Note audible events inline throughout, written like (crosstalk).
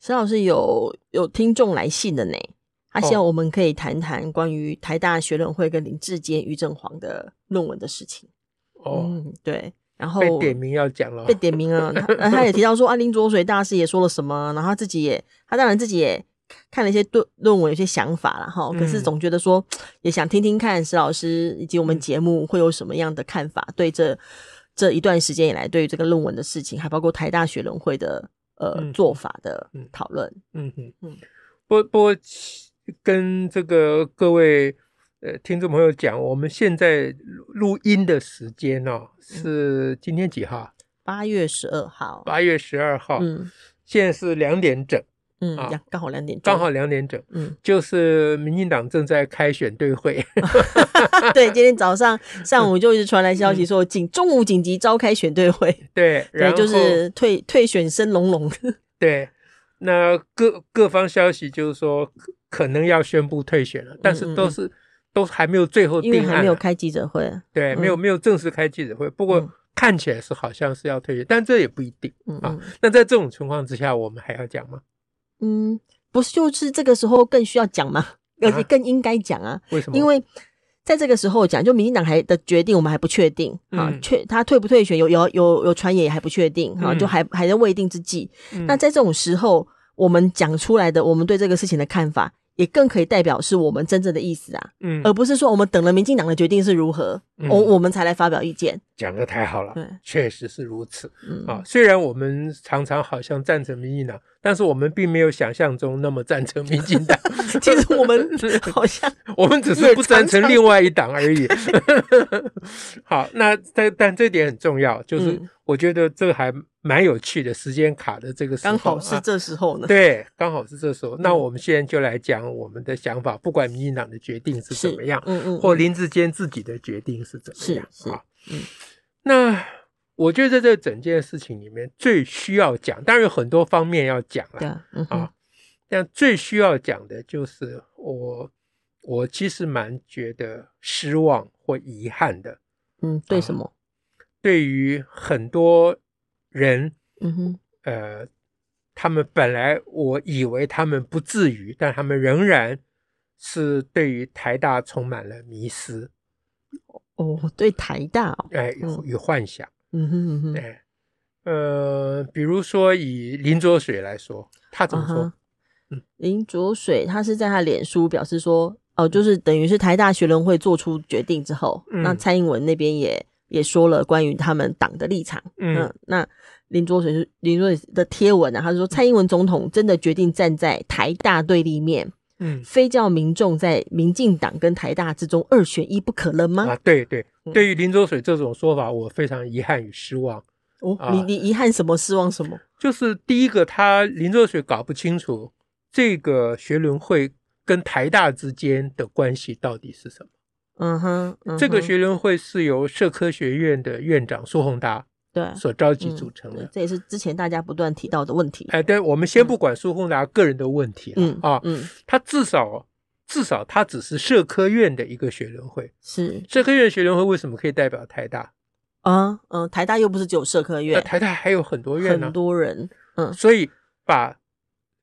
沈老师有有听众来信的呢，他希望我们可以谈谈关于台大学伦会跟林志坚、于正煌的论文的事情。哦，嗯，对。然后被点名要讲了 (laughs) 被。点名了，他呃他也提到说，啊，林卓水大师也说了什么，然后他自己也，他当然自己也看了一些论论文，有些想法了哈。可是嗯总觉得说，也想听听看石老师以及我们节目会有什么样的看法，对这这一段时间以来对于这个论文的事情，还包括台大学伦会的呃嗯做法的嗯讨论。嗯哼嗯，不不过其跟这个各位呃听众朋友讲，我们现在录录音的时间哦嗯是今天几号？八月十二号，八月十二号。嗯现在是两点整，嗯，啊两刚好两点钟，刚好两点整，嗯，就是民进党正在开选对会。 (laughs) 对，今天早上上午就一直传来消息 (laughs) 嗯说，紧中午紧急召开选对会，对，对，然后就是退退选生龙龙，对，那各各方消息就是说可可能要宣布退选了，嗯但嗯是都是都还没有最后因为定案啊，还没有开记者会，对，没有嗯没有正式开记者会，不过嗯看起来是好像是要退选，但这也不一定。嗯啊嗯那在这种情况之下，我们还要讲吗？嗯，不是，就是这个时候更需要讲吗？而且更应该讲啊，为啊什么？因为在这个时候讲，就民进党还的决定，我们还不确定啊嗯，确他退不退选有有有有传言也还不确定哈，嗯就还还在未定之际。嗯那在这种时候，我们讲出来的我们对这个事情的看法，也更可以代表是我们真正的意思啊，嗯而不是说我们等了民进党的决定是如何，嗯我我们才来发表意见。讲的太好了，对，确实是如此嗯，啊。虽然我们常常好像赞成民进党，但是我们并没有想象中那么赞成民进党。 (laughs) 其实我们 (laughs) 好像我们只是不赞成另外一党而已。 (laughs) 好，那但但这点很重要，就是嗯我觉得这个还蛮有趣的，时间卡的这个时候刚好是啊这嗯时候呢，对，刚好是这时候。那我们现在就来讲我们的想法，不管民进党的决定是怎么样，嗯嗯，或林志坚自己的决定是怎么样是是啊？嗯，那我觉得在这整件事情里面最需要讲，当然有很多方面要讲对了啊，嗯哼啊。但最需要讲的就是我，我其实蛮觉得失望或遗憾的，嗯，对啊什么？对于很多人，嗯哼，呃，他们本来我以为他们不至于，但他们仍然是对于台大充满了迷失，哦，对台大哦，哎、嗯与幻想，嗯哼嗯哼，哎、呃，比如说以林卓水来说，他怎么说？啊哈嗯林卓水他是在他脸书表示说，哦，就是等于是台大学联会做出决定之后，嗯那蔡英文那边也也说了关于他们党的立场。嗯嗯，那林卓水是林卓水的贴文啊，他嗯说蔡英文总统真的决定站在台大对立面，嗯非叫民众在民进党跟台大之中二选一不可了吗？啊，对对嗯，对于林卓水这种说法，我非常遗憾与失望。哦，啊你你遗憾什么，失望什么？就是第一个，他林卓水搞不清楚这个学伦会跟台大之间的关系到底是什么。嗯哼，嗯这个哼学伦会是由社科学院的院长苏宏达对所召集嗯组成对的。这也是之前大家不断提到的问题。哎，但我们先不管苏宏达个人的问题了嗯啊，嗯，他至少至少他只是社科院的一个学伦会。是社科院学伦会为什么可以代表台大？啊，嗯、台大又不是只有社科那院，台大还有很多院呢、很多人，嗯所以把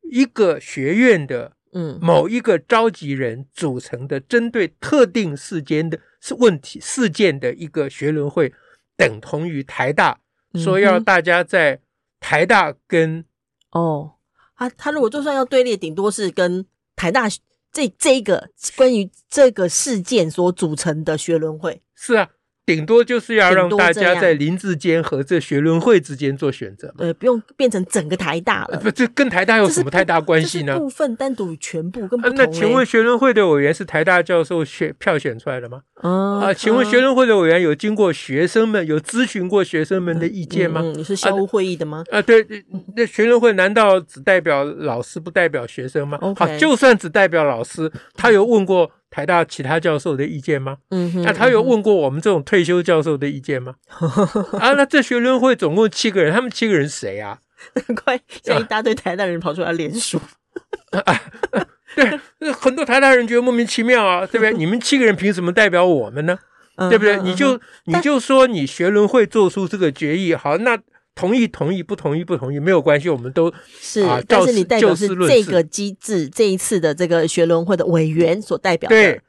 一个学院的嗯某一个召集人组成的针对特定事件的是问题事件的一个学伦会，等同于台大嗯哼说要大家在台大跟哦，他他如果就算要队列，顶多是跟台大这这一个关于这个事件所组成的学伦会，是啊，顶多就是要让顶多大这家样在林志坚和这学伦会之间做选择嘛。对，不用变成整个台大呃了不，，这跟台大有这是什么太大关系这呢是？部分单独与全部跟不啊同、欸那请问，学伦会的委员是台大教授选票选出来的吗？嗯啊，请问学伦会的委员有经过学生们有咨询过学生们的意见吗？嗯嗯你是校务会议的吗？啊，对，对那学生会难道只代表老师不代表学生吗 OK 好，就算只代表老师，他有问过台大其他教授的意见吗？嗯哼，那、他有问过我们这种退休教授的意 (laughs) 见吗？啊，那这学生会总共七个人，他们七个人谁啊？ (laughs) 难怪像一大堆台大人跑出来联署，对，那很多台大人觉得莫名其妙啊， (laughs) 对不对？你们七个人凭什么代表我们呢？ (laughs) 对不对？嗯哼你就你就说你学伦会做出这个决议，好，那同意同意，不同意不同意没有关系，我们都是啊，但照是你事代就表事是论这事个机制，这一次的这个学伦会的委员所代表的，对，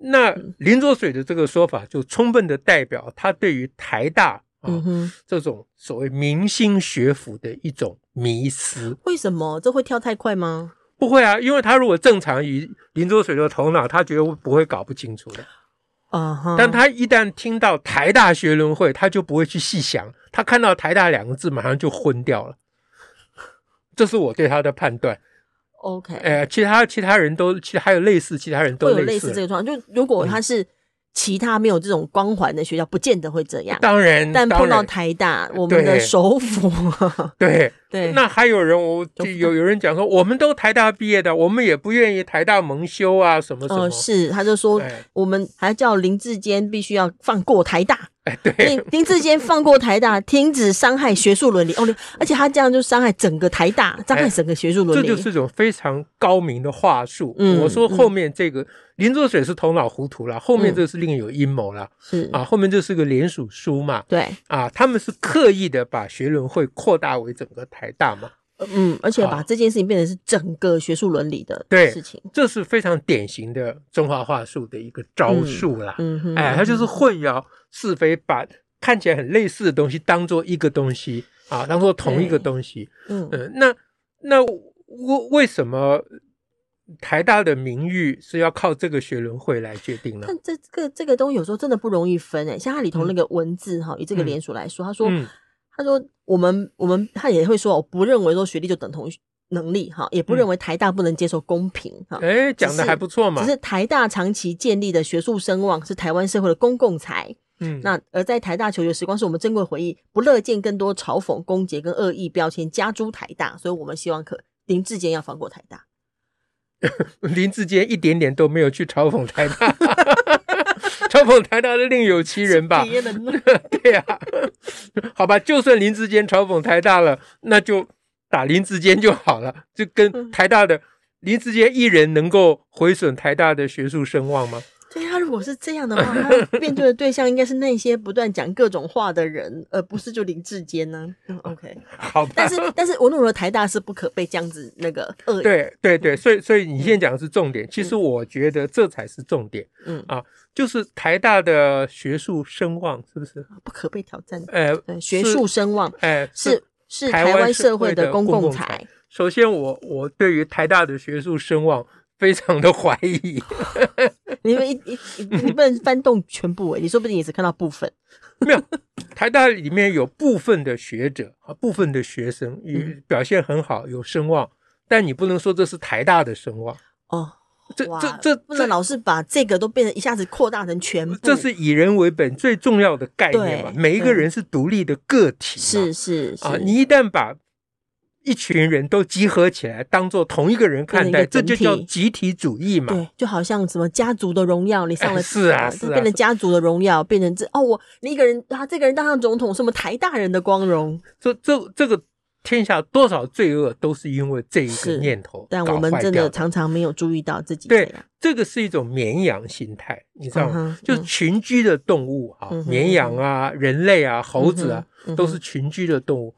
那嗯林卓水的这个说法就充分的代表他对于台大啊、嗯哼，这种所谓明星学府的一种迷思。为什么这会跳太快吗？不会啊，因为他如果正常以林卓水的头脑，他绝对不会搞不清楚的。啊哈，但他一旦听到台大学伦会，他就不会去细想，他看到台大两个字，马上就昏掉了。这是我对他的判断。 OK，呃，其他其他人都，其实还有类似，其他人都会有类类似似嗯了。这个状况。就如果他是其他没有这种光环的学校，不见得会这样。当然，但当碰到然，台大，我们对的首府， (laughs) 对，对，那还有人，我就就有有人讲说，我们都台大毕业的，我们也不愿意台大蒙羞啊，什么什么。呃是，他就说哎我们还叫林志坚必须要放过台大，哎，对林林志坚放过台大，停止伤害学术伦理。哦，而且他这样就伤害整个台大，伤害整个学术伦哎这理。就是一种非常高明的话术。嗯我说后面这个、林作水是头脑糊涂了，嗯后面这是另有阴谋了、是啊，后面这是个联署书嘛对，啊，他们是刻意的把学伦会扩大为整个台大嘛，嗯，而且好把这件事情变成是整个学术伦理的对事情。这是非常典型的中华话术的一个招数啦。嗯哼，哎，他就是混淆是非，把看起来很类似的东西当做一个东西啊，当做同一个东西。嗯嗯，那那为为什么台大的名誉是要靠这个学伦会来决定呢？但这这个这个东西有时候真的不容易分诶、欸像它里头那个文字哈，以这个嗯联署来说，他说、嗯他说我们我们他也会说，我不认为说学历就等同于能力哈，也不认为台大不能接受公平哈。哎，讲嗯的还不错嘛只。是台大长期建立的学术声望是台湾社会的公共财，嗯，那而在台大求学时光是我们珍贵回忆，不乐见更多嘲讽、攻讦跟恶意标签加诸台大，所以我们希望可林志坚要放过台大。林志坚一点点都没有去嘲讽台大， (laughs) 嘲讽台大的另有其人吧？ (laughs) 别人呢对呀、好吧，就算林志坚嘲讽台大了，那就打林志坚就好了，就跟嗯台大的林志坚一人能够毁损台大的学术声望吗？对啊他如果是这样的话，他面对的对象应该是那些不断讲各种话的人，而不是就林志坚呢、嗯 (laughs) OK，好吧，但是但是无论如何，台大是不可被这样子那个恶意。对对嗯对，所以所以你现在讲的是重点，其实我觉得这才是重点，嗯啊，就是台大的学术声望是不是？不可被挑战的。呃，对，学术声望哎是是台台湾湾社社会会的的公公共共财财。首先我我对于台大的学术声望非常的怀疑。你们一一一你不能翻动全部欸诶、你说不定也只看到部分。没有， (laughs) 台大里面有部分的学者啊，部分的学生也表现很好，有声望，但你不能说这是台大的声望，哦，这哇这这不能这老是把这个都变成一下子扩大成全部。这是以人为本最重要的概念嘛。对每一个人是独立的个体嘛，是是是啊，你一旦把一群人都集合起来，当做同一个人看待，变成这一个就整体叫集体主义嘛。对，就好像什么家族的荣耀，你上了、呃哎是啊是啊就变成家族的荣耀，变成这哦，我你一个人啊，这个人当上总统，什么台大人的光荣，这这这个天下多少罪恶都是因为这一个是念头但搞我们坏真掉的常常没有注意到自己这对样。，这个是一种绵羊心态，你知道吗？嗯哼就群居的动物啊，嗯哼绵羊啊、人类啊、猴子啊，嗯哼都是群居的动物。嗯哼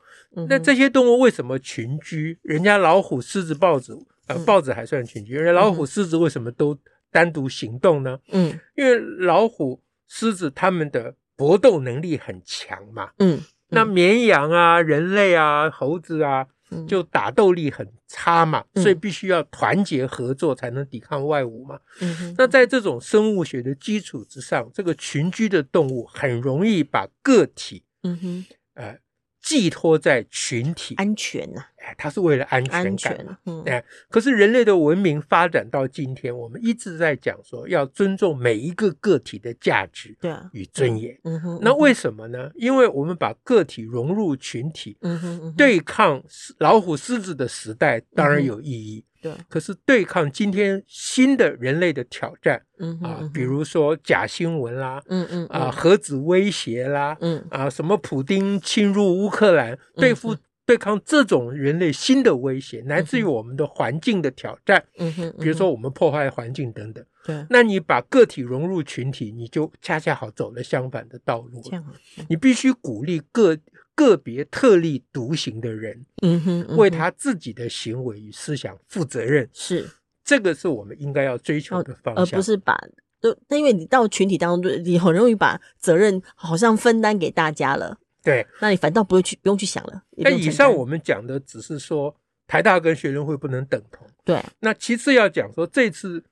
那这些动物为什么群居？人家老虎、狮子、豹子，呃，嗯豹子还算群居，人家老虎、狮子为什么都单独行动呢？嗯因为老虎、狮子它们的搏斗能力很强嘛。嗯那绵羊啊、人类啊、猴子啊，嗯就打斗力很差嘛，嗯所以必须要团结合作才能抵抗外侮嘛。嗯哼那在这种生物学的基础之上，这个群居的动物很容易把个体嗯哼，呃寄托在群体，安全呐，哎，它是为了安全安感嘛全，嗯哎，可是人类的文明发展到今天，我们一直在讲说要尊重每一个个体的价值对啊，与尊严。嗯哼，那嗯哼为什么呢？因为我们把个体融入群体，嗯哼嗯哼对抗狮老虎、狮子的时代当然嗯哼有意义。对，可是对抗今天新的人类的挑战嗯哼啊嗯，比哼如说假新闻啦，嗯嗯啊，核子威胁啦，嗯啊，什么普丁侵入乌克兰，对付对抗这种人类新的威胁，乃至于我们的环境的挑战，嗯哼，比如嗯说我们破坏环境等等。哼对那你把个体融入群体，你就恰恰好走了相反的道路这样了。啊，你必须鼓励个个别特立独行的人，嗯哼，嗯为哼他自己的行为与思想负责任。是这个是我们应该要追求的方而哦呃向不。是把。就那因为你到群体当中，你很容易把责任好像分担给大家了，对，那你反倒不会去不用去想了。也不那用哎以承上担我们讲的只是说，台大跟学生会不能等同。对那其次要讲说这次，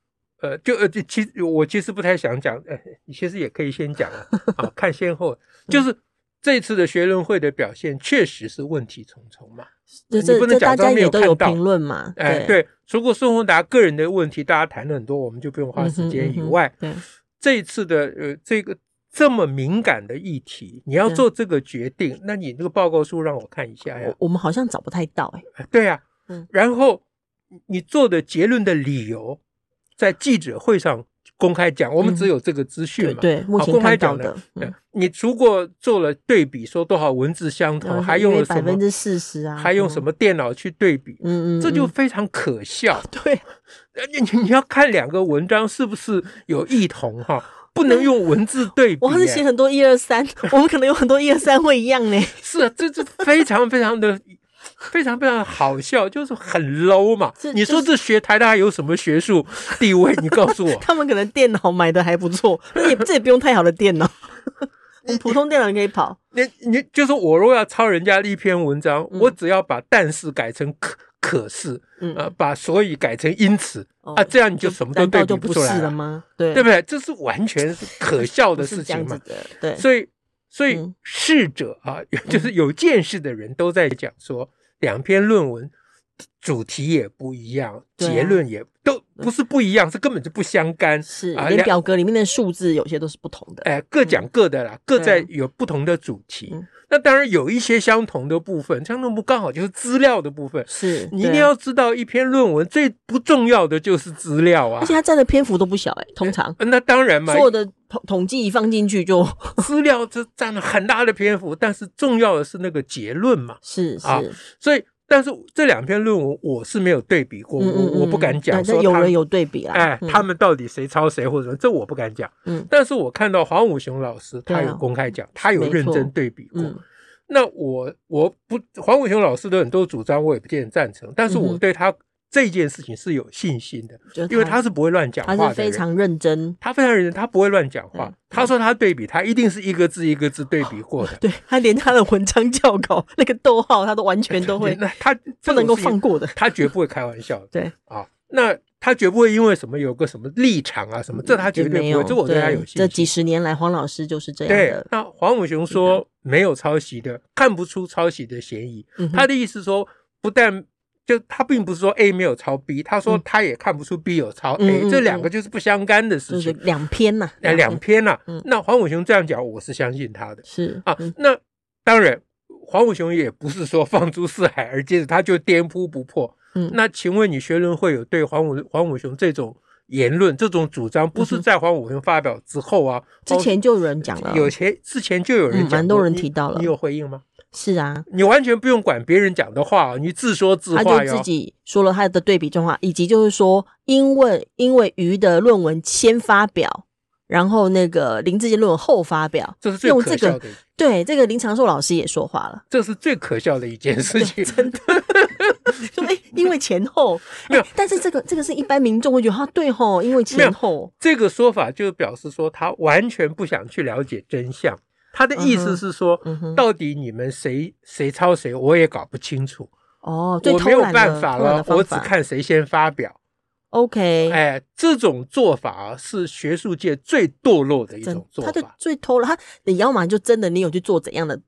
呃，就呃，就其实我其实不太想讲，呃，你其实也可以先讲啊，啊，看 (laughs) 先后，就是这次的学论会的表现确实是问题重重嘛，这你这不能这大假装家没也有都看有到评论嘛，哎，，对，除过宋宏达个人的问题，大家谈了很多，我们就不用花嗯时哼间嗯以哼外，对，这次的呃这个。这么敏感的议题，你要对做这个决定，那你那个报告书让我看一下哎呀我。我们好像找不太到哎，哎对呀、哦嗯然后你做的结论的理由，在记者会上公开讲，我们只有这个资嗯讯对嘛。对，目好前公看开到讲的，对嗯，你如果做了对比，说多少文字相同，哎还用嗯了呃百什么分，之四十啊，还用什么电脑去对比，嗯？嗯嗯，这 (laughs) 就嗯非常可笑。对，呃你你你要看两个文章是不是有异同哈，不能用文字对比我耶。还是写很多一二三， (laughs) 我们可能有很多一二三会一样呢。是啊，这这非常非常的。非常非常好笑，就是很 low 嘛这。你说就这学台大有什么学术地位？你告 (laughs) 诉我，他们可能电脑买的还不 (laughs) 错，那也这也不用太好的电脑，普通电脑可以跑。你你就是我，如果要抄人家的一篇文章，嗯我只要把但是改成可可是，嗯呃，把所以改成因此哦啊，这样你就什么都难对道比就不出是来了了，吗？对对不对？这是完全是可笑不的是事这样情子嘛。的，对，所以，所以嗯逝者啊，就是有见识的人都在讲说，两篇论文主题也不一样，对啊结论也都不是不一样，是根本就不相干。是啊连两表格里面的数字有些都是不同的。哎，各讲各的啦，各在有不同的主题。嗯那当然有一些相同的部分，相同不刚好就是资料的部分。是，你一对啊定要知道，一篇论文最不重要的就是资料啊而且。它占的篇幅都不小哎、通常呃那当然嘛所，有的统统计一放进去就资料这占了很大的篇幅，但是重要的是那个结论嘛。是是，啊所以，但是这两篇论文我是没有对比过，嗯嗯我我不敢讲嗯说但有他人有对比啦，哎，嗯他们到底谁抄谁或者什么，这我不敢讲。嗯但是我看到黄武雄老师对啊他有公开讲，他有没认错真对比过。嗯那我我不黄武雄老师的很多主张我也不见得赞成，但是嗯我哼对他这件事情是有信心的，就是因为他是不会乱讲话他的人。是非常认真，他非常认真，他不会乱讲话。嗯他说他对比，他一定是一个字一个字对比过的。对他连他的文章校稿那个逗号他都完全都会那他不哎这能种够事情放过的，他绝不会开玩笑的。 (laughs) 对啊，那他绝不会因为什么有个什么立场啊什么，这他绝嗯也没对不有会，这我对他有信这几心。十年来黄老师就是这样对的，，那黄武雄说没有抄袭的，看不出抄袭的嫌疑。嗯哼 (laughs) 他的意思说，不但就他并不是说 A 没有抄 B，他说嗯他也看不出 B 有抄嗯 A，、嗯这两个就是不相干的就事是情。嗯两篇呐，哎，两篇篇呐、嗯那黄武雄这样讲，我是相信他的是啊嗯。那当然，黄武雄也不是说放诸四海而皆准，他就颠扑不破。嗯那请问你学伦会有对黄武黄武雄这种言论、这种主张，不是在黄武雄发表之后啊？嗯之前就有人讲哦了，有前之前就有人讲嗯过，蛮多人你提到了你有回应吗？是啊，你完全不用管别人讲的话哦，你自说自他话啊就自哟。己说了他的对比状况，以及就是说，因为因为鱼的论文先发表，然后那个林志坚论文后发表，这是最用这可个笑的，对这个林长寿老师也说 (laughs) 话了，这是最可笑的一 (laughs) 件事情。真的，说哎、因为前后， (laughs) 没有哎但是这个这个是一般民众会觉得啊，对吼，因为前后，这个说法就表示说他完全不想去了解真相。他的意嗯哼思是说，嗯哼，到底你们谁谁抄谁，我也搞不清楚。哦，最我偷没有懒办的法偷懒的了，方我只法哎看谁先发表。 OK，哎，这种做法啊是学术界最堕落的一真种做他就法。最偷了他，你要么就真的你有去做怎样的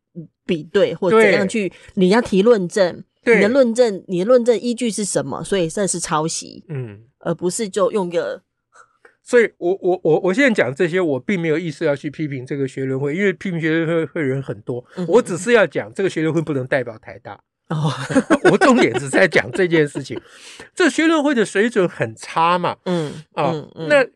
比对，或对怎样去，你要提论证，你对的，论证，你的论证依据是什么？所以这是抄袭，嗯，而不是就用个所以我我我我现在讲这些，我并没有意思要去批评这个学伦会，因为批评学伦会会人很多嗯，我只是要讲这个学伦会不能代表台大， (laughs) 哦，我重点只是在讲这件事情。这学伦会的水准很差嘛，嗯啊，嗯嗯那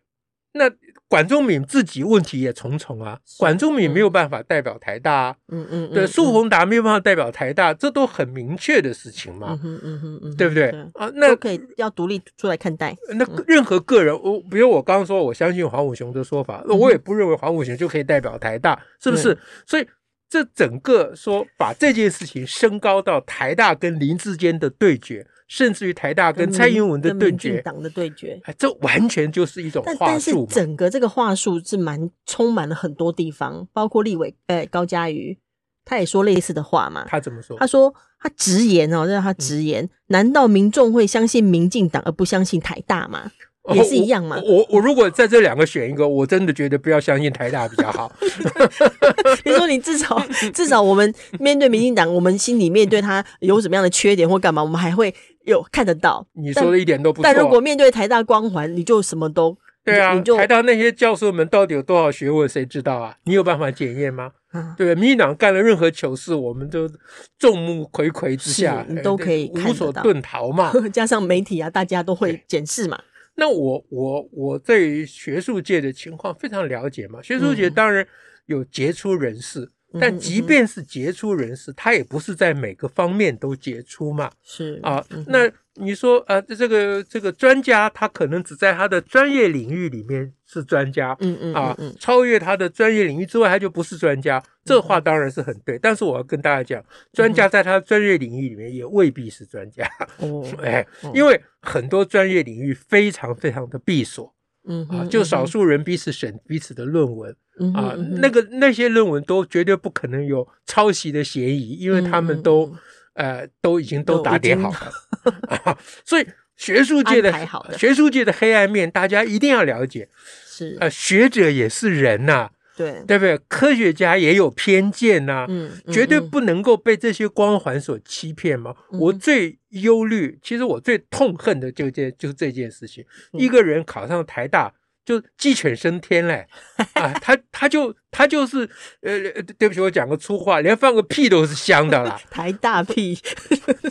那管仲敏自己问题也重重啊，是管仲敏嗯没有办法代表台大、啊，嗯嗯，对，嗯苏，宏达没有办法代表台大，这都很明确的事情嘛嗯，哼嗯哼嗯哼，对不对对？嗯啊？那那可以要独立出来看待，那任何个人，我比如我刚刚说，我相信黄武雄的说法，嗯哼我也不认为黄武雄就可以代表台大，是不是？所以这整个说把这件事情升高到台大跟林之间的对决，甚至于台大跟蔡英文的跟对民进决，党的对决。哎，这完全就是一种但话但是术嘛。整个这个话术是蛮充满了很多地方，包括立委呃高嘉瑜，他也说类似的话嘛。他怎么说他？说他直言嗯哦，让他直言，难道民众会相信民进党而不相信台大吗？ (laughs) 哦也是一样嘛我我我如果在这两个选一个，我真的觉得不要相信台大比较 (laughs) 好。你说你至 (laughs) 少至少我们面对民进党，我们心里面对他有什么样的缺点或干嘛，我们还会有看得到。你说的一点都不错。但如果面对台大光环，你就什么都 (laughs) 对啊你就，台大那些教授们到底有多少学问，谁知道啊？你有办法检验吗？啊对不对？民进党干了任何糗事，我们都众目睽睽之下，是你呃都可以看得无所到遁逃 (laughs) 嘛。加上媒体啊，大家都会检视嘛。那我我我对于学术界的情况非常了解嘛。学术界嗯当然有杰出人士，但嗯即哼嗯哼便是杰出人士，他也不是在每个方面都杰出嘛。是啊嗯，哼那你说啊，呃这个这个专家，他可能只在他的专业领域里面是专家，嗯嗯啊嗯嗯，超越他的专业领域之外，他就不是专家。这话当然是很对，但是我要跟大家讲，嗯专家在他的专业领域里面也未必是专家，哦，哎嗯，因为很多专业领域非常非常的闭锁嗯啊，哼就少数人彼此审彼此的论文嗯哼啊嗯哼，那个那些论文都绝对不可能有抄袭的嫌疑，因为他嗯嗯们嗯都呃都已经都都已打点经好了 (laughs) 啊，所以学术界安排好的的学术界的黑暗面，大家一定要了解。是呃，学者也是人呐、对，对不对？科学家也有偏见呐、嗯，嗯绝对嗯不能够被这些光环所欺骗嘛。嗯我最忧虑，其实我最痛恨的就这就是这件事情。嗯，一个人考上台大就鸡犬升天嘞，啊，他他就他就是呃，呃对不起，我讲个粗话，连放个屁都是香的啦 (laughs) 台大屁，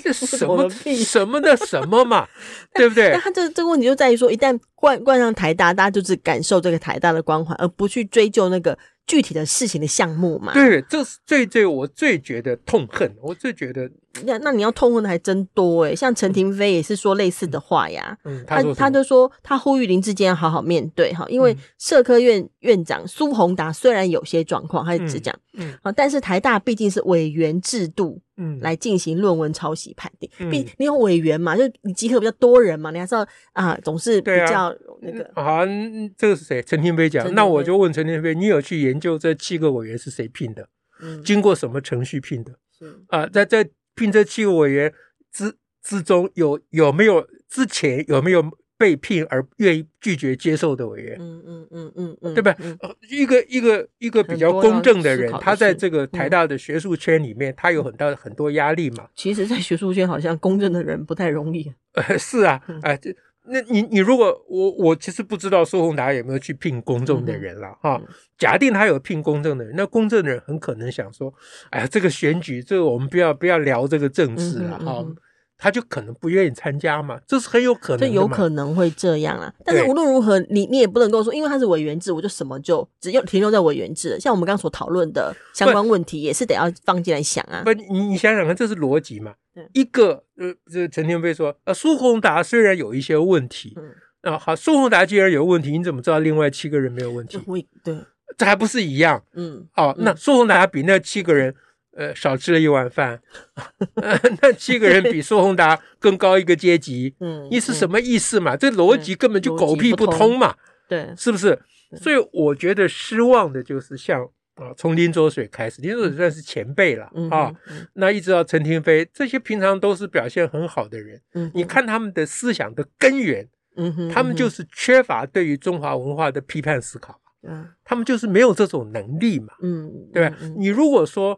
这什我么的屁什么的什么 (laughs) 嘛，对那不对？他这这个问题就在于说，一旦冠冠上台大，大家就是感受这个台大的光环，而不去追究那个具体的事情的项目嘛。对，这是最最我最觉得痛恨，我最觉得，那那你要痛恨的还真多诶、像陈廷飞也是说类似的话呀。嗯，他他说什啊他么就说，他呼吁林志坚要好好面对哈，因为嗯社科院院长苏宏达虽然有些状况，他是只嗯讲嗯啊，但是台大毕竟是委员制度，嗯来进行论文抄袭判定。嗯毕你有委员嘛，就你集合比较多人嘛，你还是要啊，总是比对啊较那个。啊，嗯这个是谁？陈天飞陈讲。天那我飞就问陈天飞，你有去研究这七个委员是谁聘的，嗯，经过什么程序聘的？是啊，在在聘这七个委员之之中有有没有之前有没有被聘而愿意拒绝接受的委员？嗯嗯嗯嗯嗯，对吧嗯？呃一个一个一个比很较多要公正的思人考，的他在事这个台嗯大的学术圈里面，他有很大很多压力嘛。其实，在学术圈好像公正的人不太容易。呃， (laughs) 是啊嗯，哎、这那你你如果我我其实不知道苏宏达有没有去聘公正的人了哈嗯。假定他有聘公正的人，那公正的人很可能想说，哎呀，这个选举，这个我们不要不要聊这个政治了嗯哼哈、嗯哼他就可能不愿意参加嘛，这是很有可能这的有嘛可能会这样啊。但是对无论如何，你你也不能够说，因为他是委员制，我就什么就只有停留在委员制了。像我们刚刚所讨论的相关问题，也是得要放进来想啊。不，你你想想看，这是逻辑嘛对？一个呃，这陈天飞说，呃，苏宏达虽然有一些问题，嗯啊，好，苏宏达既然有问题，你怎么知道另外七个人没有问题就？会对，这还不是一样？嗯，哦，那苏宏达比那七个人，呃，少吃了一碗饭， (laughs) 呃那七个人比苏宏达更高一个阶级，嗯你是什么？么意思嘛？这逻辑根本就狗屁不通嘛，对，是不是？所以我觉得失望的就是像啊，从林卓水开始，林卓水算是前辈了嗯啊哼，，嗯那一直到陈廷飞，这些平常都是表现很好的人，嗯你哼，看他们的思想的根源，嗯哼，他们就嗯是缺乏对于中华文化的批判思考，哼他们就是没有这种能力嘛。嗯，对嗯吧？你如果说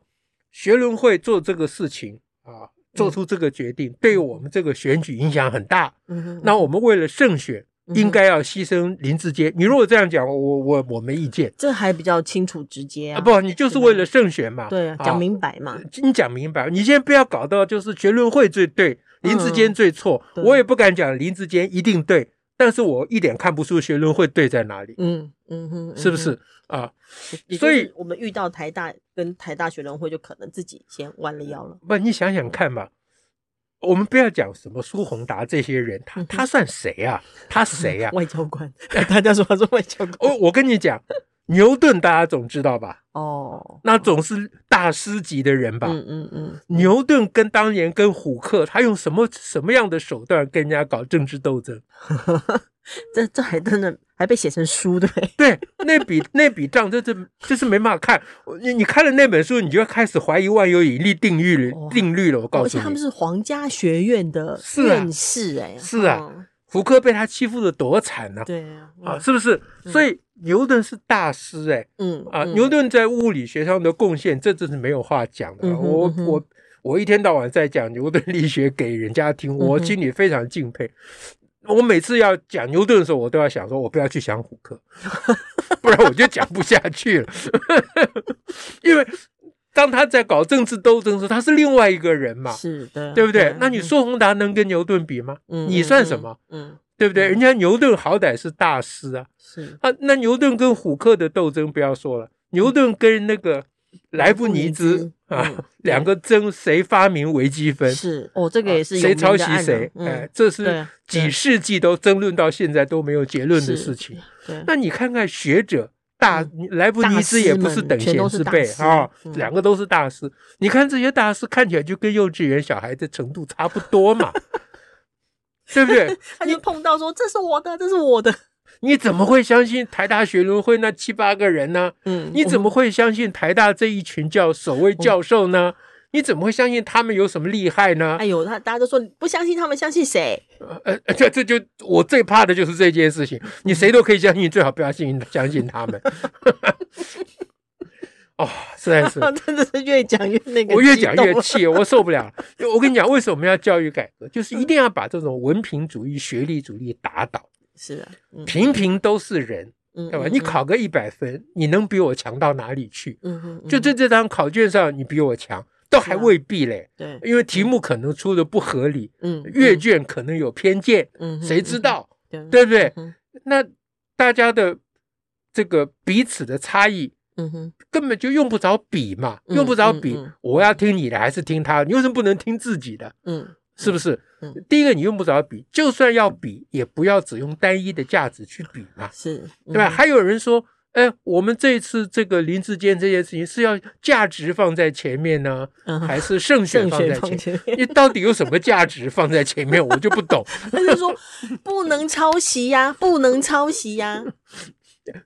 学伦会做这个事情啊，做出这个决定，对我们这个选举影响很大，嗯哼，那我们为了胜选，嗯应该要牺牲林志坚。你如果这样讲，我我我没意见这还比较清楚直接啊，啊，不，你就是对吧为了胜选嘛，对啊，讲明白嘛啊，，你讲明白，你先不要搞到就是学伦会最对，林志坚最错，嗯对我也不敢讲林志坚一定对，但是我一点看不出学伦会对在哪里，嗯嗯哼，嗯是不哼？是啊？也就所以是我们遇到台大跟台大学联会，就可能自己先弯了腰了。不，你想想看嘛，我们不要讲什么苏宏达这些人，他嗯哼他算谁啊？他谁 (laughs) 啊？哦外交官，大家说他是外交官我我跟你讲，牛顿大家总知道吧？哦，那总是大师级的人吧？嗯嗯嗯，牛顿跟当年跟虎克，他用什么什么样的手段跟人家搞政治斗争？这这还真的还被写成书，对不对？对，那笔那笔账真是就是没办法看。你你看了那本书，你就开始怀疑万有引力定律了哇定律了。我告哦而诉且他们你，是皇家学院的是啊院士，哎，是啊哦，虎克被他欺负的多惨呐、对啊，啊，嗯是不是？嗯所以牛顿是大师哎、嗯啊，嗯牛顿在物理学上的贡献，这真是没有话讲的。嗯哼我嗯哼我我一天到晚在讲牛顿力学给人家听，嗯我哼心里非常敬佩。我每次要讲牛顿的时候，我都要想说，我不要去想虎 (laughs) 克，不然我就讲不下去了。 (laughs) 因为当他在搞政治斗争的时候，他是另外一个人嘛，是的，对不对啊？那你嗯苏宏达能跟牛顿比吗？嗯你嗯算嗯什么？嗯，对不对？嗯人家牛顿好歹是大师啊，是啊，那牛顿跟虎克的斗争不要说了，牛顿跟那个莱布尼兹莱布尼兹啊嗯，两个争谁发明微积分，是哦，这个也是啊有谁名的抄袭案谁，啊哎嗯，，这对是啊几对世纪都争论到现在都没有结论的是事情。对，那你看看学者。大莱布尼兹也不是等闲之辈大师们全都是大师啊，嗯两个都是大师。你看这些大师看起来就跟幼稚园小孩的程度差不多嘛， (laughs) 对不对？他就碰到说这是我的，这是我的，你怎么会相信台大学伦会那七八个人呢？嗯，你怎么会相信台大这一群教所哦谓教授呢？你怎么会相信他们有什么厉害呢哎？呦，他大家都说你不相信他们，相信谁？呃，呃 (laughs) 这这就我最怕的就是这件事情。你谁都可以相信，最好不要信相信他们。 (laughs) 哦，实 (laughs) 在是真的是越讲越那个，我越讲越。气，我受不了了。因为我跟你讲，为什么要教育改革？就是一定要把这种文凭主义、学历主义打倒。是啊，嗯平平都是人，嗯，对吧？嗯你，考个一百分，你能比我强到哪里去？嗯嗯嗯，就这这张考卷上，你比我强，倒还是啊未必嘞。对，因为题目可能出的不合理，嗯，阅卷可能有偏见，嗯，嗯谁知？道，嗯，对不对？嗯那大家的这个彼此的差异嗯哼，根本就用不着比嘛，嗯用不着比嗯嗯。我要听你的还是听他的？你为什么不能听自己的？嗯是不是嗯？第一个，你用不着比，就算要比，也不要只用单一的价值去比嘛，是，嗯对吧？还有人说。哎，我们这一次这个林志坚这件事情是要价值放在前面呢，嗯哼 (laughs) 还是胜选正放在学前放面？前 (laughs) 面，你到底有什么价值放在前面，我就不懂。他就说不能抄袭呀，不能抄袭呀，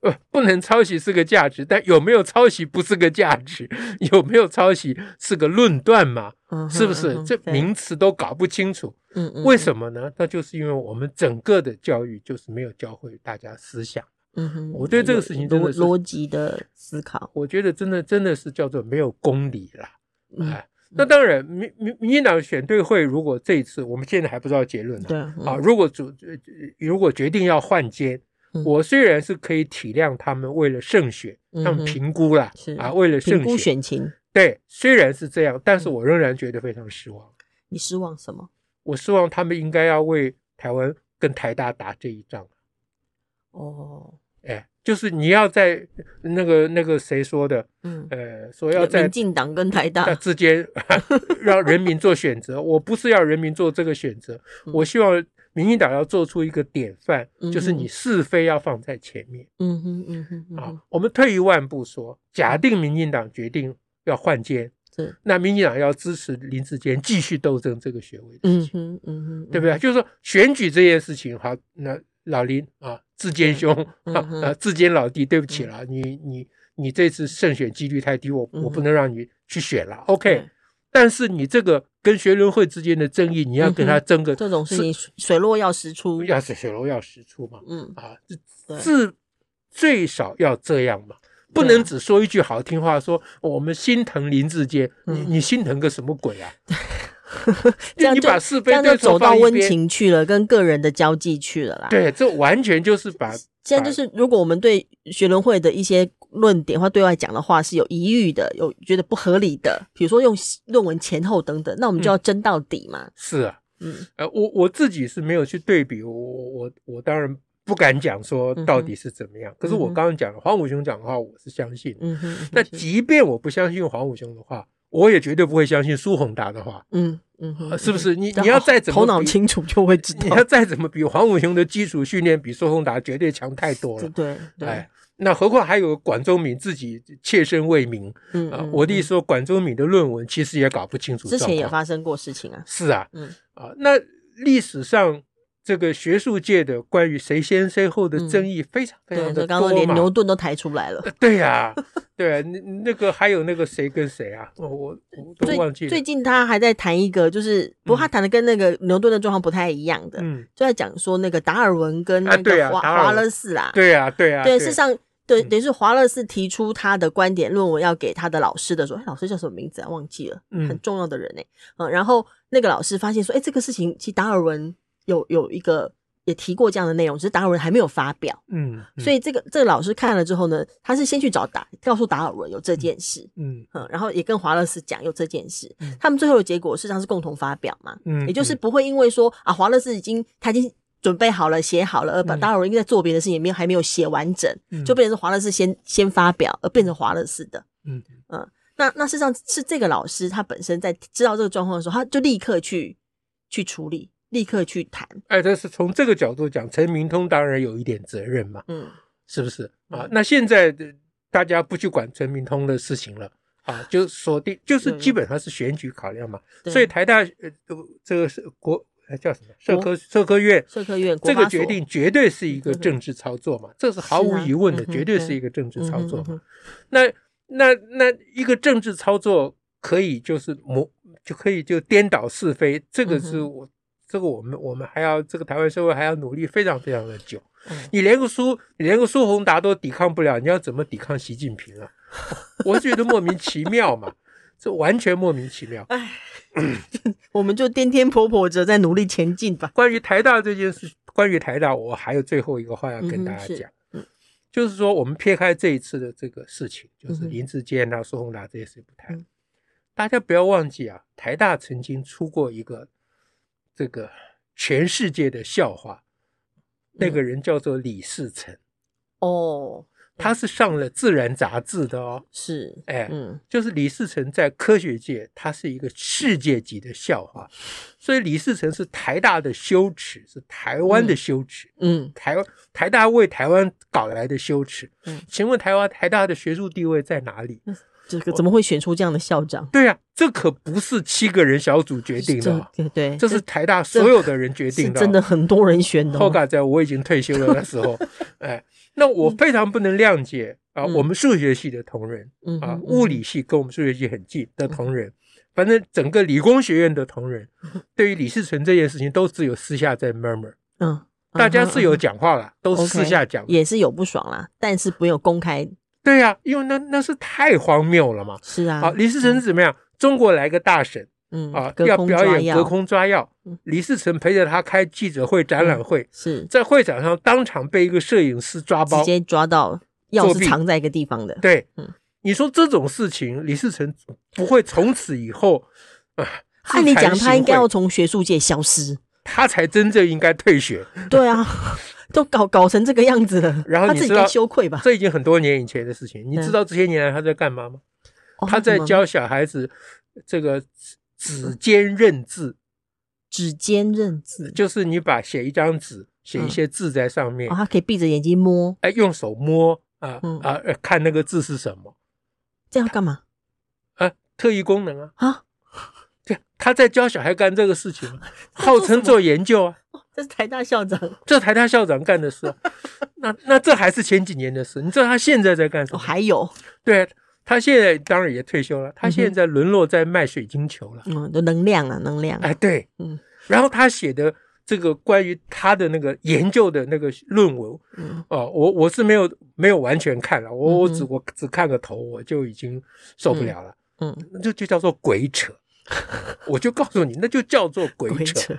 呃，不能抄袭是个价值，但有没有抄袭不是个价值，有没有抄袭是个论断嘛？嗯哼是不是？嗯这名词都搞不清楚，嗯嗯，为什么呢？那就是因为我们整个的教育就是没有教会大家思想。嗯哼，我对这个事情真的逻是逻辑的思考，我觉得真的真的是叫做没有公理啦。嗯哎，那当然，民民民进党选对会如果这一次，我们现在还不知道结论呢。对啊，嗯如果主呃如果决定要换监，嗯我虽然是可以体谅他们为了胜选，他嗯们哼评估啦是啊，为了评胜估选，选嗯情，对，虽然是这样，但是我仍然觉得非常失望。你失望什么？我希望他们应该要为台湾跟台大打这一仗。哦，哎，就是你要在那个那个谁说的，嗯，呃，说要在民进党跟台大那，之间 (laughs) 让人民做选择。我不是要人民做这个选择，嗯我希望民进党要做出一个典范，嗯哼就是你是非要放在前面嗯哼嗯哼嗯哼嗯啊。我们退一万步说，假定民进党决定要换届，是那民进党要支持林志坚继续斗争这个学位的事嗯情，哼嗯哼，对不对？就是说选举这件事情，好，那老林啊，志坚兄，嗯啊哼嗯呃，志坚老弟，对不起了，你你你这次胜选几率太低，我我不能让你去选了。OK，对但是你这个跟学伦会之间的争议，你要跟他争个嗯这种事情水水落要石出，要水水楼要实出嘛，嗯，啊，对这至最少要这样嘛，不对啊能只说一句好听话，说哦我们心疼林志坚，你嗯你心疼个什么鬼 (laughs) 啊？啊这样你就把是这非样对就错走到放一温边，情啊去了，跟个人的交际去了啦。对，这完全就是把现在就是，如果我们对学伦会的一些论点或对外讲的话是有疑虑的，有觉得不合理的，比如说用论文前后等等，那我们嗯就要争到底嘛。是啊，嗯呃，我我自己是没有去对比，我我我我当然不敢讲说到底是怎么样，可是嗯嗯我哼刚刚讲了黄武雄讲的话，我是相信的。嗯哼，嗯那哼即便我不相信黄武雄的话，我也绝对不会相信苏宏达的话。嗯嗯哼，呃是不嗯是？你哼你要再怎么头脑比清楚就会知 (laughs) 你道要。再怎么比黄武雄的基础训练比苏宏达绝对强太多对了。对对哎，，那何况还有管中敏自己切身为民嗯啊、嗯我的意嗯思说，管中敏的论文其实也搞不清楚之状况。前也发生过事情啊。是啊，嗯啊，那历史上这个学术界的关于谁先谁后的争议非常非嗯对，所以常的刚刚多连嘛。牛顿都抬出来了。呃 (laughs) 对呀、对、啊，那那个还有那个谁跟谁啊，我我我都忘记最了。最近他还在谈一个，就是不过他谈的跟那个牛顿的状况不太一样的，嗯，就在讲说那个达尔文跟啊那对个啊华达尔文华勒士啦，对呀、对呀、对，事实上，对，嗯等于是华勒士提出他的观点论文要给他的老师的时候，哎，老师叫什么名字啊？忘记了，嗯很重要的人呢、嗯，然后那个老师发现说，哎，这个事情其实达尔文有有一个也提过这样的内容，只是达尔文还没有发表。嗯，嗯所以这个这个老师看了之后呢，他是先去找达，告诉达尔文有这件事，嗯嗯，然后也跟华勒士讲有这件事嗯，他们最后的结果事实上是共同发表嘛，嗯，也就是嗯不会因为说啊，华勒士已经他已经准备好了、写好了，而把嗯达尔文应该在做别的事情，也没有还没有写完整，嗯就变成是华勒士先先发表，而变成华勒士的。嗯那那事实上是这个老师他本身在知道这个状况的时候，他就立刻去去处理，立刻去谈。哎，但是从这个角度讲，陈明通当然有一点责任嘛，嗯，是不是啊嗯？那现在的大家不去管陈明通的事情了啊， (laughs) 就锁定，就是对基本上是选举考量嘛。嗯对所以台大呃呃这个是国呃叫什么社科社科院社科院国这发个所决定绝对是一嗯个哼政治操作嘛，这是毫无是啊疑问的嗯，哼绝对对是一个政治嗯操哼嗯作嘛哼。那那那一个政治操作可以就是模就可以就颠倒是非，这个是嗯我、这个我们我们还要这个台湾社会还要努力非常非常的久。嗯你连个苏你连个苏宏达都抵抗不了，你要怎么抵抗习近平啊？ (laughs) 我觉得莫名其妙嘛，这完全莫名其妙。我们就颠颠簸簸着在努力前进吧。关于台大这件事，关于台大，我还有最后一个话要跟大嗯家哼是讲，嗯就是说我们撇开这一次的这个事情，就是嗯哼林志坚啊、苏宏达这些事不谈，嗯大家不要忘记啊，台大曾经出过一个这个全世界的笑话，嗯那个人叫做李世成，哦，他是上了《自然》杂志的哦，是，哎，嗯就是李世成在科学界，他是一个世界级的笑话，所以李世成是台大的羞耻，是台湾的羞耻，嗯台湾台大为台湾搞来的羞耻。嗯请问台湾台大的学术地位在哪里？这个怎么会选出这样的校长？对啊，这可不是七个人小组决定的哦，这对，这是台大所有的人决是定的哦，真的很多人选的哦。后嘎在我已经退休了那 (laughs) 时候，哎，那我非常不能谅解啊，嗯我们数学系的同仁。嗯啊哼，嗯物理系跟我们数学系很近的同仁，反正整个理工学院的同仁，对于李世成这件事情都只有私下在 murmur，嗯，大家嗯哼是有嗯哼讲话啦，都是 OK，私下讲。也是有不爽啦，但是没有公开。对呀、因为那那是太荒谬了嘛。是啊，好，李世成是怎么样？中国来个大神嗯啊，隔要空表抓演药隔空抓药嗯，李世成陪着他开记者会、展览会，是在会场上当场被一个摄影师抓包直，接抓到药作是弊藏在一个地方的。对，嗯你说这种事情，李世成不会从此以后啊？按理讲，自惭他应该形秽要从学术界消失。他才真正应该退学。 (laughs) 对啊，都搞搞成这个样子了， (laughs) 然后他你自己知道该羞愧吧？这已经很多年以前的事情，你对知道这些年来他在干嘛吗？嗯哦他在什么教小孩子这个指指尖认字，嗯指尖认字，就是你把写一张纸，写一些字在上面哦，，他可以闭着眼睛摸，哎，用手摸啊嗯啊，呃看那个字是什么这样干嘛啊，特异功能啊。啊？ (laughs) 对，他在教小孩干这个事情，做号称做研究啊，这是台大校长这台大校长干的事啊、那那这还是前几年的事。你知道他现在在干什哦，么？还有，对他现在当然也退休了，他现在沦落在卖水晶球了。嗯，的能量啊，能量，哎，对，嗯，然后他写的这个关于他的那个研究的那个论文嗯哦、我我是没有没有完全看了，我、我只嗯我只看个头我就已经受不了了，嗯，那就就叫做鬼 (laughs) 扯。我就告诉你，那就叫做鬼鬼扯，扯，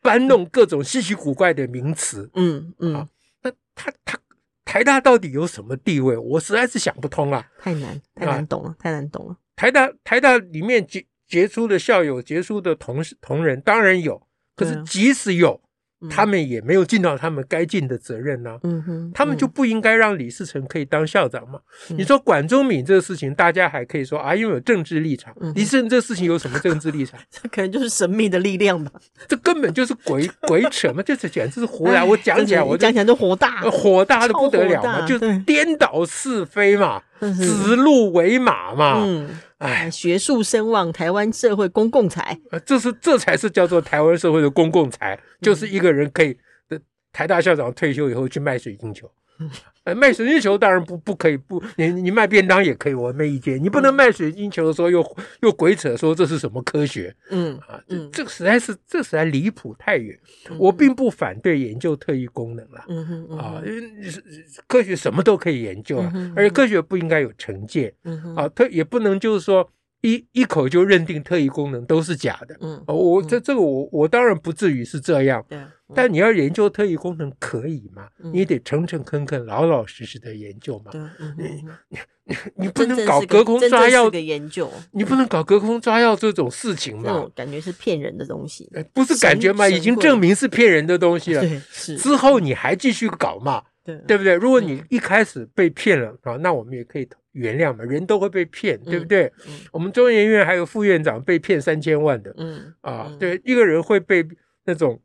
搬弄各种稀奇古怪的名词。嗯嗯好，那他他台大到底有什么地位？我实在是想不通啊！太难，太啊难懂了，太难懂了，台大台大里面杰杰出的校友、杰出的同事同仁当然有，可对是啊即使有，嗯他，们也没有尽到他们该尽的责任呢、嗯哼，他们就不应该让李世成可以当校长嘛？嗯你说管中闵这个事情，大家还可以说啊，因为有政治立场嗯哼。李世成这事情有什么政治立场？ (laughs) 这可能就是神秘的力量吧，这根本就是鬼 (laughs) 鬼扯嘛！这是简直是胡来！哎啊我讲起来，真是我一讲就起来就火大，火大的不得了超火大嘛，就对颠倒是非嘛，真是指鹿为马嘛。嗯，哎，学术声望，台湾社会公共财，呃这是这才是叫做台湾社会的公共财，就是嗯一个人可以，呃台大校长退休以后去卖水晶球。嗯呃，卖水晶球当然不不可以，不，你你卖便当也可以，我没意见。你嗯不能卖水晶球的时候又又鬼扯说这是什么科学嗯啊？这嗯这个实在是这实在离谱太远。我并不反对研究特异功能啦，嗯哼嗯啊，哼因为是是科学什么都可以研究啊嗯哼嗯，而且科学不应该有成见嗯哼，啊，特也不能就是说一一口就认定特异功能都是假的。嗯，哦，我这这个我我当然不至于是这样，对啊，嗯但你要研究特异功能可以吗？嗯你得诚诚恳恳、老老实实的研究嘛对，啊，嗯哼嗯哼你不真能正搞是隔个空真正抓是药个，研究，你不能搞隔空抓药这种事情那嘛种，感觉是骗人的东西，呃不是感觉嘛，神已经神证明是骗人的东西了，对，是，嗯之后你还继续搞嘛，对啊对不对？如果你一开始被骗了啊，那我们也可以原谅嘛，人都会被骗，对不对嗯？我们中研院还有副院长被骗三千万的，嗯啊嗯，对，一个人会被那种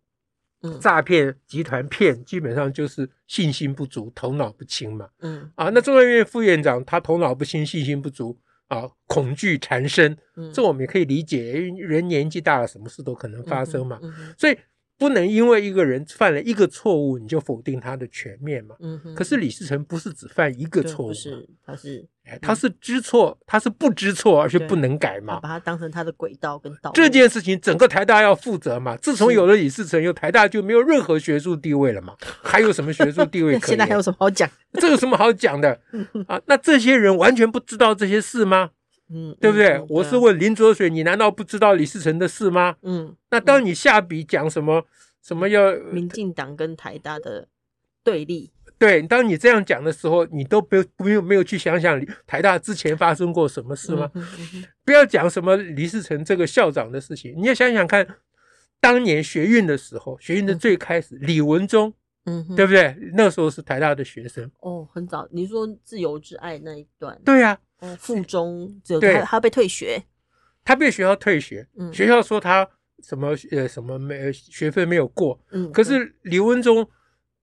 嗯诈骗集团骗，基本上就是信心不足、头脑不清嘛。嗯啊，那中央院副院长他头脑不清、信心不足啊，恐惧缠身，嗯，这我们也可以理解，因为人年纪大了，什么事都可能嗯发哼生嘛。嗯哼所以不能因为一个人犯了一个错误，你就否定他的全面嘛。嗯哼，可是李世成不是只犯一个对错误不嘛，是，他是哎他是知错，他是不知错，而且嗯对不能改他嘛。把它当成他的轨道跟道路，这件事情整个台大要负责嘛。自从是有了李世成，以后台大就没有任何学术地位 (laughs) 了嘛，还有什么学术地位可现以在还有啊？什么好讲？这有什么好 (laughs) 讲的啊？那这些人完全不知道这些事吗？嗯，对不对？嗯嗯我啊是问林卓水，你难道不知道李世成的事吗？嗯，那当你下笔讲什么什么要民进党跟台大的对立，对，当你这样讲的时候，你都没有没有没有去想想台大之前发生过什么事吗？嗯哼嗯哼不要讲什么李世成这个校长的事情，你要想想看，当年学运的时候，学运的最开始，李文忠嗯哼，对不对？那时候是台大的学生，哦，很早，你说自由之爱那一段，对啊呀、哦，附中只有对他他被退学，他被学校退学，嗯学校说他什么呃什么没学分没有过，嗯，可是李文忠，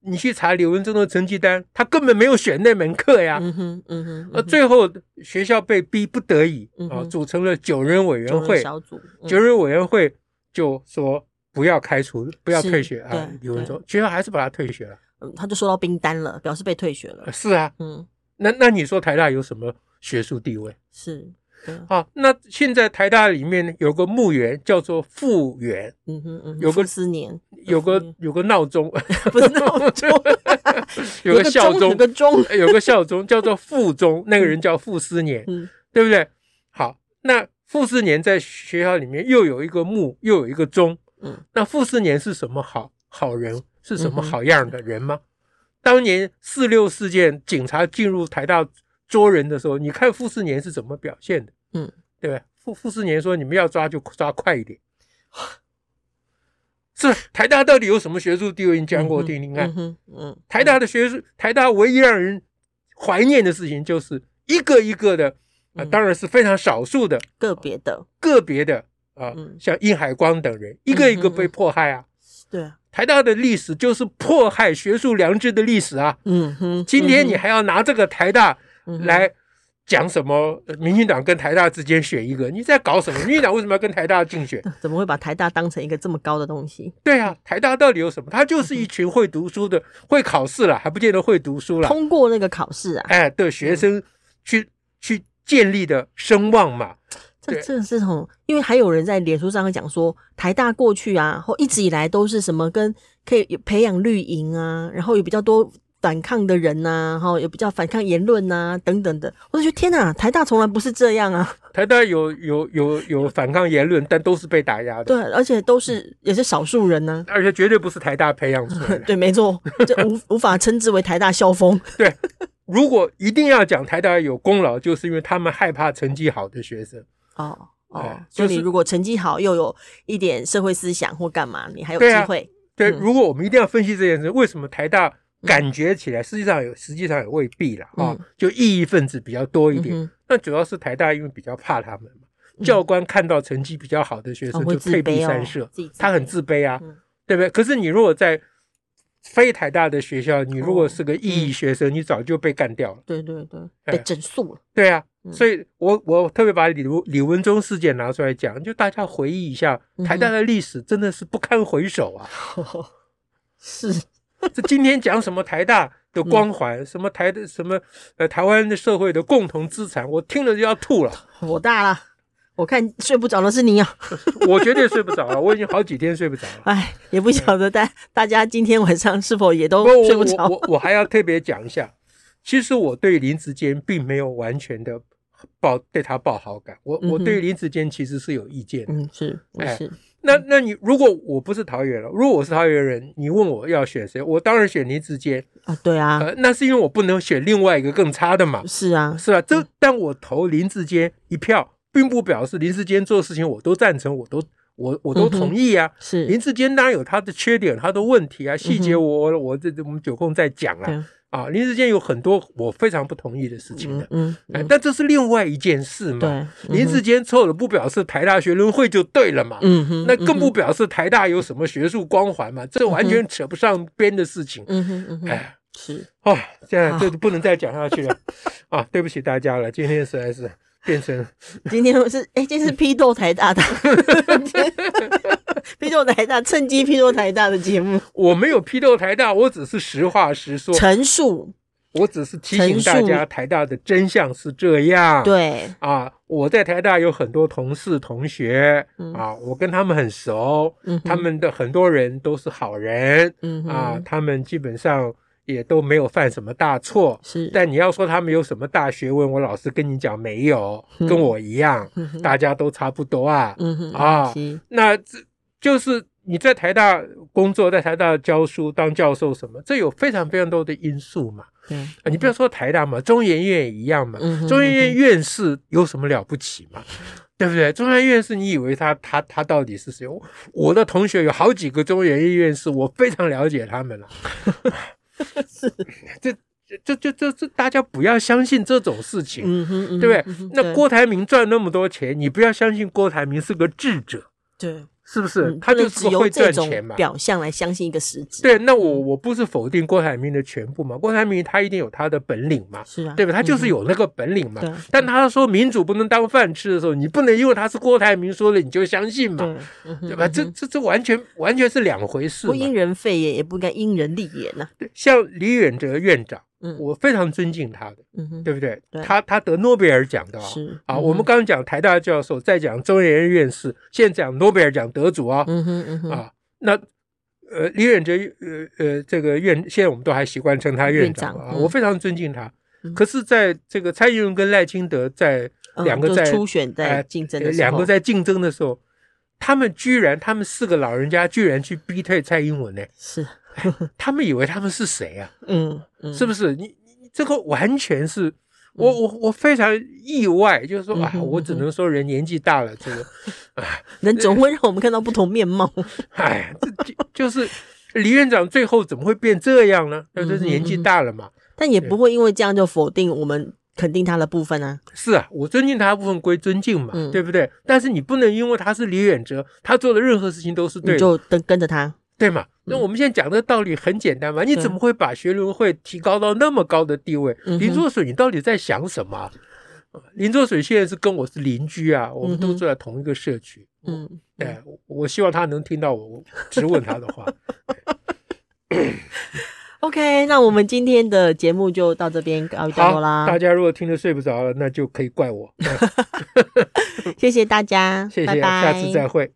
你去查李文忠的成绩单，他根本没有选那门课呀。嗯哼嗯哼，呃，嗯哼最后学校被逼不得已嗯啊，哼组成了九人委员九人会，小组，嗯九人委员会就说不要开除，不要是退学对啊，李文忠，学校还是把他退学了。嗯他就收到冰单了，表示被退学了呃，是啊，嗯，那那你说台大有什么学术地位是，对啊，啊？那现在台大里面有个墓园叫做复园，嗯哼嗯哼，有个傅斯年， (laughs) 有傅斯个年有个闹钟，，不是闹钟 (laughs) 有个校有钟，个钟，有个校钟叫做傅钟，那个人叫傅斯年，嗯对不对？好，那傅斯年在学校里面又有一个墓，又有一个钟。嗯，那傅斯年是什么好好人？是什么嗯哼好样的人吗？当年四六事件，警察进入台大捉人的时候，你看傅斯年是怎么表现的？嗯，对吧？傅傅斯年说：“你们要抓就抓快一点。” (laughs) 是台大到底有什么学术地位？你讲给我听听看。嗯哼嗯哼，台大的学术，台大唯一让人怀念的事情，就是一个一个的啊、嗯当然是非常少数的个别的，个别的啊、嗯像殷海光等人，一个一个嗯嗯嗯被迫害啊。对啊，台大的历史就是迫害学术良知的历史啊。嗯哼，今天你嗯哼还要拿这个台大嗯哼来讲什么呃民进党跟台大之间选一个，你在搞什么？民进党为什么要跟台大竞选？啊怎么会把台大当成一个这么高的东西？对啊，台大到底有什么？他就是嗯一群会读书的、会考试了，还不见得会读书了，通过那个考试啊，哎，的学生去、去建立的声望嘛。这对这是种，因为还有人在脸书上会讲说，台大过去啊，或一直以来都是什么跟可以培养绿营啊，然后有比较多反抗的人呐、然后有比较反抗言论呐、等等的。我就觉得天哪，台大从来不是这样啊，台大有有有有反抗言论，但都是被打压的，对，而且都是也是少数人呢、而且绝对不是台大培养出来 (laughs) 的。对，没错，这无 (laughs) 无法称之为台大校风。如果一定要讲台大有功劳，就是因为他们害怕成绩好的学生。哦哦哎，所就以你是如果成绩好，又有一点社会思想或干嘛，你还有对机啊会。对，嗯如果我们一定要分析这件事，为什么台大感觉起来，实际上有实际上也未必了啊嗯，就异议分子比较多一点。嗯那主要是台大因为比较怕他们嘛嗯，教官看到成绩比较好的学哼，哦生会就自退避卑三哦舍，，自己他很卑自卑啊，嗯对不对？可是你如果在非台大的学校，你如果哦是个异议学生，你早就被干掉了。对对对，哎被整肃 (laughs) 了。对啊，嗯所以我我特别把李文李文忠事件拿出来讲，就大家回忆一下嗯哼台大的历史，真的是不堪回首 (laughs) 啊！是，这今天讲什么台大的嗯光环，什么台的什么呃台湾的社会的共同资产，我听了就要吐了，火大了，我看睡不着的是你啊！我绝对睡不着了，我已经好几天睡不着了。哎，也不晓得大大家今天晚上是否也都不， (laughs) 睡不我着我。我我还要特别讲一下，其实我对林志坚并没有完全的抱对他抱好感，我我嗯哼对林志坚其实是有意见的。嗯，是，我哎是，那那你如果我不是桃园人，如果我是桃园人，你问我要选谁，我当然选林志坚。啊，对啊，呃，那是因为我不能选另外一个更差的嘛，是啊，是吧？这但我投林志坚一票，并不表示林志坚做事情我都赞成，我都我我都嗯哼同意啊。是，林志坚当然有他的缺点，他的问题啊，细嗯节哼我我我这我们有空再讲啦。对，啊，林志坚有很多我非常不同意的事情嗯的，嗯，哎嗯，但这是另外一件事嘛。对，嗯林志坚错了，不表示台大学伦会就对了嘛。嗯哼，嗯哼，那更不表示台大有什么学术光环嘛，这完全扯不上边的事情。嗯哼，嗯啊哼，哎，是，哦，现在好这就不能再讲 (laughs) 下去了啊！对不起大家了，今天实在是变成今天是，哎，今天是批斗台大的，批斗台大，趁机批斗台大的节 (laughs) 目，我没有批斗台大，我只是实话实说，陈述，我只是提醒大陈家述台大的真相是这样。对，啊，我在台大有很多同事同学嗯啊，我跟他们很熟，嗯哼，他们的很多人都是好人嗯哼啊，，他们基本上也都没有犯什么大错。是，但你要说他们有什么大学问，我老实跟你讲，没有，嗯跟我一样，嗯哼大家都差不多啊。嗯哼啊是那这就是你在台大工作，在台大教书、当教授什么，这有非常非常多的因素嘛。对，啊你不要说台大嘛，中研院也一样嘛嗯哼，中研院院士有什么了不起嘛？对不对？中研院院士，你以为他他他到底是谁？我我的同学有好几个中研院院士，我非常了解他 (laughs) 们了。这这这这这，大家不要相信这种事情，嗯哼，嗯哼对不对嗯哼？那郭台铭赚那么多钱，你不要相信郭台铭是个智者，对，是不嗯是？他不就能是只个由会这赚种钱嘛。表嗯象来相信一个实质，，对，那我我不是否定郭台铭的全部嘛？郭台铭他一定有他的本领嘛？是啊，对吧？他就是嗯有那个本领嘛。哼，但他说民主不能当饭吃的时候，你不能因为他是郭台铭说的你就相信嘛，对嗯对，对对吧？这这这完全完全是两回事不嘛。因人废言，也不该因人立言呐，对像李远哲院长，嗯我非常尊敬他的，嗯哼，对不对对？他他得诺贝尔奖的啊。是啊，嗯我们刚刚讲台大教授，再讲中研院院士，现在讲诺贝尔奖得主啊嗯哼嗯哼，啊，那呃李远哲呃呃这个院，现在我们都还习惯称他院院长长啊，嗯我非常尊敬他嗯。可是，在这个蔡英文跟赖清德在嗯两个就在初选在哎竞争呃的时两候个在竞争的时候，他们居然，他们四个老人家居然去逼退蔡英文呢、哎是，他们以为他们是谁啊？嗯嗯，是不是？你你你这个完全是。我我我非常意外，就是说嗯啊，哼我只能说人年纪大了，这个，人总会让我们看到不同面 (laughs) 貌，哎，这就就是李院长最后怎么会变这样呢？嗯那就是年纪大了嘛。但也不会因为这样就否定我们肯定他的部分啊，是啊，我尊敬他的部分归尊敬嘛，嗯对不对？但是你不能因为他是李远哲，他做的任何事情都是你对的，就跟跟着他，对嘛？那我们现在讲的道理很简单嘛，你嗯对怎么会把学伦会提高到那么高的地位？嗯哼林作水，你到底在想什么？啊林州水现在是跟我是邻居啊，我嗯们都哼住在同一个社区。嗯，嗯哎，我我希望他能听到我我质问他的 (laughs) 话。 ，OK，那我们今天的节目就到这边告一段落啦大，家如果听得睡不着了，那就可以怪我。谢谢大家，谢拜谢，啊拜下次再会。